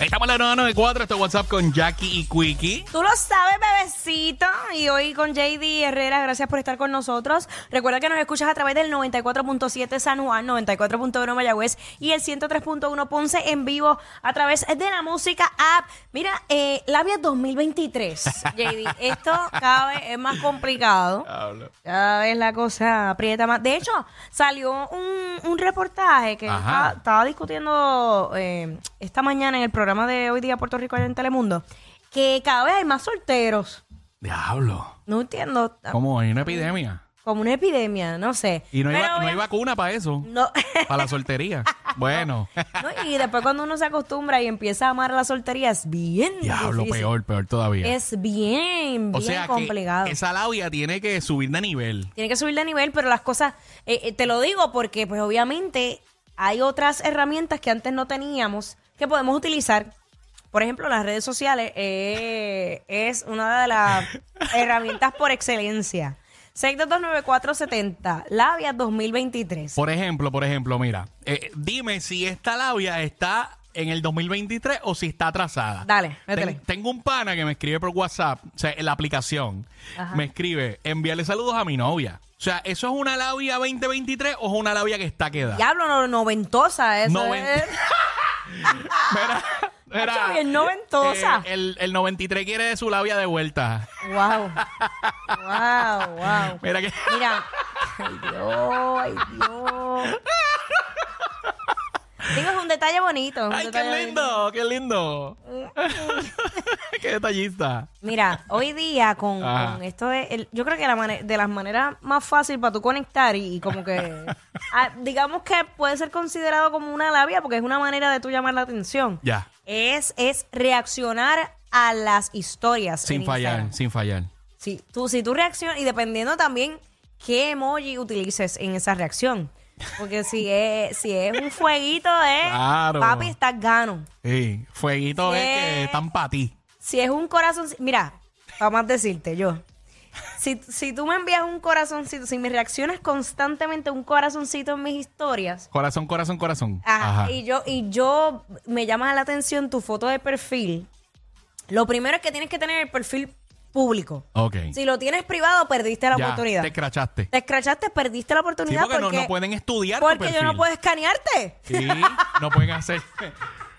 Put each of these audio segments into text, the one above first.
Estamos en la 994, este WhatsApp con Jackie y Quickie. Tú lo sabes, bebecito. Y hoy con JD Herrera, gracias por estar con nosotros. Recuerda que nos escuchas a través del 94.7 San Juan, 94.1 Mayagüez y el 103.1 Ponce en vivo a través de la música app. Mira, eh, Labia 2023, JD. Esto cada vez es más complicado. Hablo. Cada vez la cosa aprieta más. De hecho, salió un, un reportaje que Ajá. estaba, estaba discutiendo eh, esta mañana en el programa de Hoy Día Puerto Rico allá en Telemundo, que cada vez hay más solteros. Diablo. No entiendo. ¿Cómo? Hay una epidemia. Como una epidemia, no sé. Y no hay, Pero va- no hay obvia- vacuna para eso. no- Para la soltería. Bueno. no, y después cuando uno se acostumbra y empieza a amar la soltería, es bien Diablo, difícil. peor, peor todavía. Es bien, bien o sea, complicado. Que esa labia tiene que subir de nivel. Tiene que subir de nivel, pero las cosas, eh, eh, te lo digo porque pues obviamente hay otras herramientas que antes no teníamos que podemos utilizar. Por ejemplo, las redes sociales eh, es una de las herramientas por excelencia. 6229470, Labia 2023. Por ejemplo, por ejemplo, mira. eh, dime si esta labia está en el 2023 o si está atrasada. Dale, Ten- métele. tengo un pana que me escribe por WhatsApp, o sea, en la aplicación. Ajá. Me escribe, envíale saludos a mi novia. O sea, ¿eso es una labia 2023 o es una labia que está quedada? Diablo, no, noventosa, eso Noven- es. Mira, mira, Hacho, bien noventosa. eh, el, el 93 quiere su labia de vuelta. Wow. Wow, wow. Mira que. Mira. Ay, Dios, ay, Dios. Digo, es un detalle bonito. es un Mm, ¡Ay, qué detalle bonito. lindo! ¡Qué lindo! mm. ¡Qué detallista! Mira, hoy día con, Ajá. con esto de... el- yo creo que la mane- de las maneras más fácil para tú conectar y, y como que... ah, digamos que puede ser considerado como una labia porque es una manera de tú llamar la atención. Ya. Es, es reaccionar a las historias. Sin en fallar, Instagram. sin fallar. Si tú, si tú reaccionas, y dependiendo también qué emoji utilices en esa reacción. Porque si es, si es un fueguito, eh, Claro. papi, estás gano. Sí, fueguito es Sí. que están para ti. Si es un corazón, mira, vamos a decirte yo. Si, si tú me envías un corazoncito, si me reaccionas constantemente un corazoncito en mis historias, Corazón, corazón, corazón. Ajá, Y yo, y yo me llama la atención tu foto de perfil. Lo primero es que tienes que tener el perfil público. ok. Si lo tienes privado, perdiste la Ya, oportunidad. Te escrachaste. Te escrachaste, perdiste la Sí, oportunidad porque, no, no pueden estudiar. tu porque yo no perfil. puedo escanearte. Sí, no pueden hacer.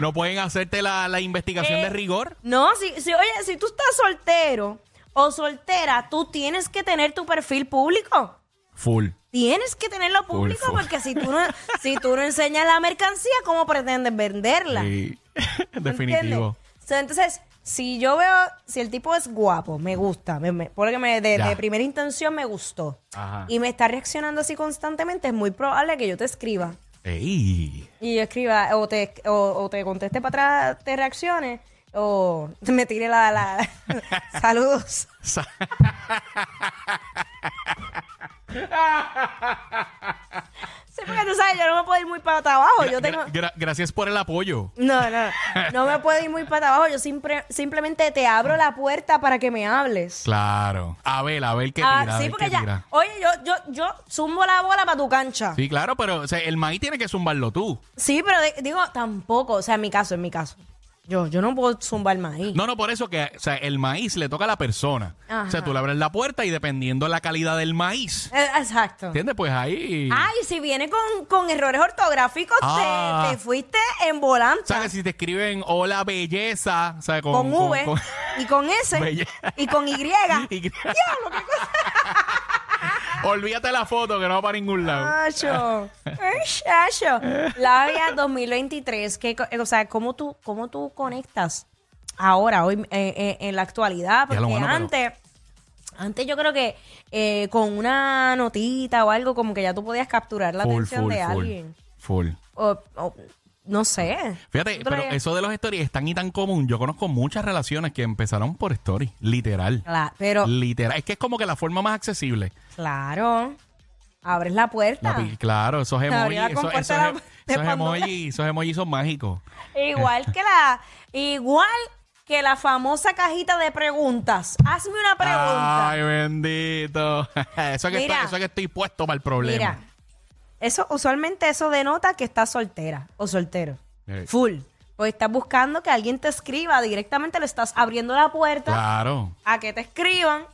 No pueden hacerte la, la investigación Eh, de rigor. No, si, si, oye, si tú estás soltero o soltera, tú tienes que tener tu perfil público. Full. Tienes que tenerlo público Pulfo. porque si tú no, si tú no enseñas la mercancía, ¿cómo pretendes venderla? Sí. ¿Entiendes? Definitivo. O sea, entonces, si yo veo, si el tipo es guapo, me gusta, me- me- porque me, de, Ya. de primera intención me gustó, Ajá. y me está reaccionando así constantemente, es muy probable que yo te escriba. Ey. Y yo escriba, o te, o, o te conteste para atrás, te reacciones, o me tire la... la- Saludos. Sa- Sí, porque tú sabes, yo no me puedo ir muy para abajo, yo Gra- tengo... Mm. gra- gracias por el apoyo. No, no, no me puedo ir muy para abajo, yo simple- simplemente te abro la puerta para que me hables. Claro. A ver, a ver qué Ah, tira. a sí, ver porque qué ya. tira. Oye, yo, yo, yo zumbo la bola para tu cancha. Sí, Sí, claro, pero o sea, el maíz tiene que zumbarlo tú. pero de- digo, tampoco. O sea, en mi caso, en mi caso. Yo, yo no puedo zumbar más ahí. No, no, por eso que o sea, el maíz le toca a la persona. O sea, Ajá. tú le abres la puerta y dependiendo la calidad del maíz, Eh, Exacto. ¿entiendes? Pues ahí... Ay, Ah, si viene con, con errores ortográficos, te- Ah. te, fuiste en volante. O sea, que si te escriben hola belleza, o sea, con, Con, con- V con- y con S Belle- y con Y. Y- Diablo, qué cosa. Olvídate la foto que no va para ningún Ah, lado. Chacho. Ay, chacho. Labia 2023. Que, o sea, ¿cómo tú, cómo tú conectas ahora, hoy, eh, eh, en la actualidad? Ya Porque lo bueno, pero- antes, antes yo creo que eh, con una notita o algo, como que ya tú podías capturar la atención de alguien. full. O- o No sé. Fíjate, Otro pero día. eso de los stories es tan y tan común. Yo conozco muchas relaciones que empezaron por stories, literal. Cla- pero, Literal. Es que es como que la forma más accesible. claro. Abres la La puerta. pi- claro, esos Abrí emojis. la Esos, compuerta esos de em- la- esos de Pandora. emojis, esos emojis son mágicos. Igual que la. Igual que la famosa cajita de preguntas. Hazme una pregunta. Ay, bendito. Eso es, que Mira. estoy, eso es que estoy puesto para el problema. Mira, eso usualmente eso denota que estás soltera o soltero. Eh. Full. Pues estás buscando que alguien te escriba directamente, le estás abriendo la puerta Claro. a que te escriban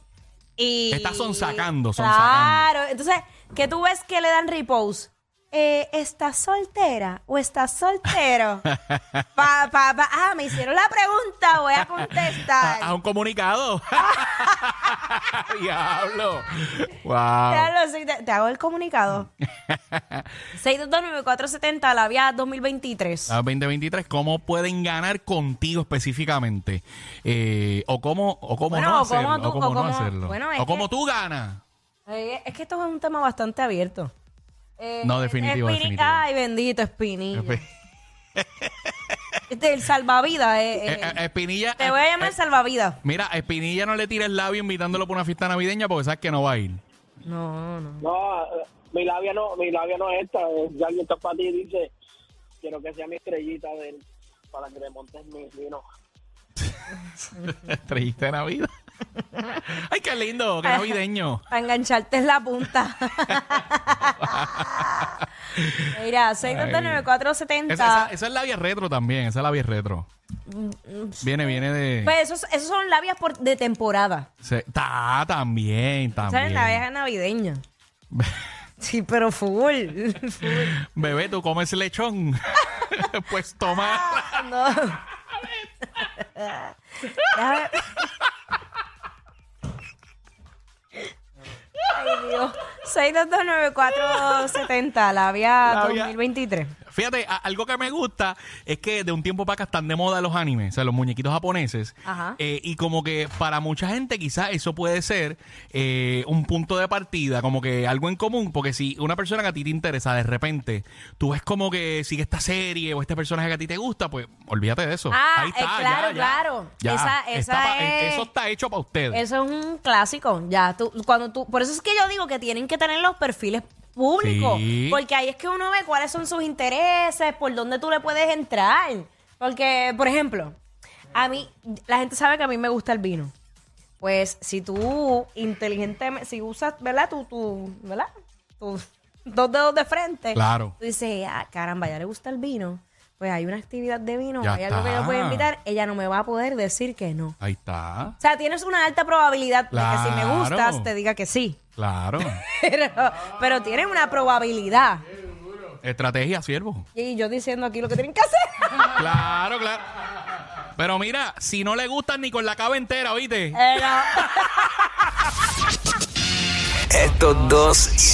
y... Estás sonsacando, Claro, entonces, ¿qué tú ves que le dan repost? Eh, ¿Estás soltera o estás soltero? Pa, pa, pa- Ah, me hicieron la pregunta, voy a contestar. A, a un comunicado. Diablo. Wow. Claro, sí, te, te hago el comunicado. 6229470, la vía 2023. A 2023, Ah, ¿cómo pueden ganar contigo específicamente? Eh, o cómo, o cómo Bueno, no o cómo hacerlo. tú- o cómo o no cómo- hacerlo. bueno, es o cómo que- tú ganas. Eh, es que esto es un tema bastante abierto. Eh, No, definitivo, Spini- definitivo. Ay, bendito, Espinilla. Espe- Este, el salvavidas. eh, eh, Eh, eh, Espinilla. te voy a llamar eh, salvavidas. Mira, a Espinilla no le tires el labio invitándolo para una fiesta navideña porque sabes que no va a ir. No, no. No, eh, mi labia no, mi labia no es esta. eh, Si alguien toca a ti y dice, quiero que sea mi estrellita de él para que le montes mi vino. Estrellita de Navidad. Ay, qué lindo, qué navideño. Para engancharte en la punta. Mira, Esa, 6229470. Ah. esa- esa es labia retro también, esa labia es retro. Viene, viene de... Pues esos, esos son labias por- de temporada. se- ta, también, ¿Sabes? también. La vieja navideña. Sí, pero full. full. Bebé, tú comes lechón. pues toma. No. Déjame- Ay, Dios. 6229470, la vía Labia. 2023. Fíjate, a- algo que me gusta es que de un tiempo para acá están de moda los animes, o sea, los muñequitos japoneses. Ajá. Eh, y como que para mucha gente quizás eso puede ser eh, un punto de partida, como que algo en común, porque si una persona que a ti te interesa de repente, tú ves como que sigue esta serie o este personaje que a ti te gusta, pues olvídate de eso. Ah, Ahí está, eh, claro, ya, ya, claro. ya. Esa- esa Está pa- eh, es- Eso está hecho para ustedes. Eso es un clásico. Ya, tú, cuando tú, por eso es que yo digo que tienen que tener los perfiles públicos. Sí. Porque ahí es que uno ve cuáles son sus intereses, por dónde tú le puedes entrar. Porque, por ejemplo, a mí, la gente sabe que a mí me gusta el vino. Pues si tú inteligentemente, si usas, ¿verdad? Tú, tú, ¿verdad? Tus dos dedos de frente. Claro. Tú dices, ah, caramba, ya le gusta el vino. Pues hay una actividad de vino, Ya hay algo que yo puedo está. invitar, ella no me va a poder decir que no. Ahí está. O sea, tienes una alta probabilidad de que si me Claro. gustas te diga que sí. Claro. Pero, pero tienes una probabilidad. Estrategia, siervo. Y yo diciendo aquí lo que tienen que hacer. Claro, claro. Pero mira, si no le gustan ni con la cava entera, ¿oíste? Pero- Estos dos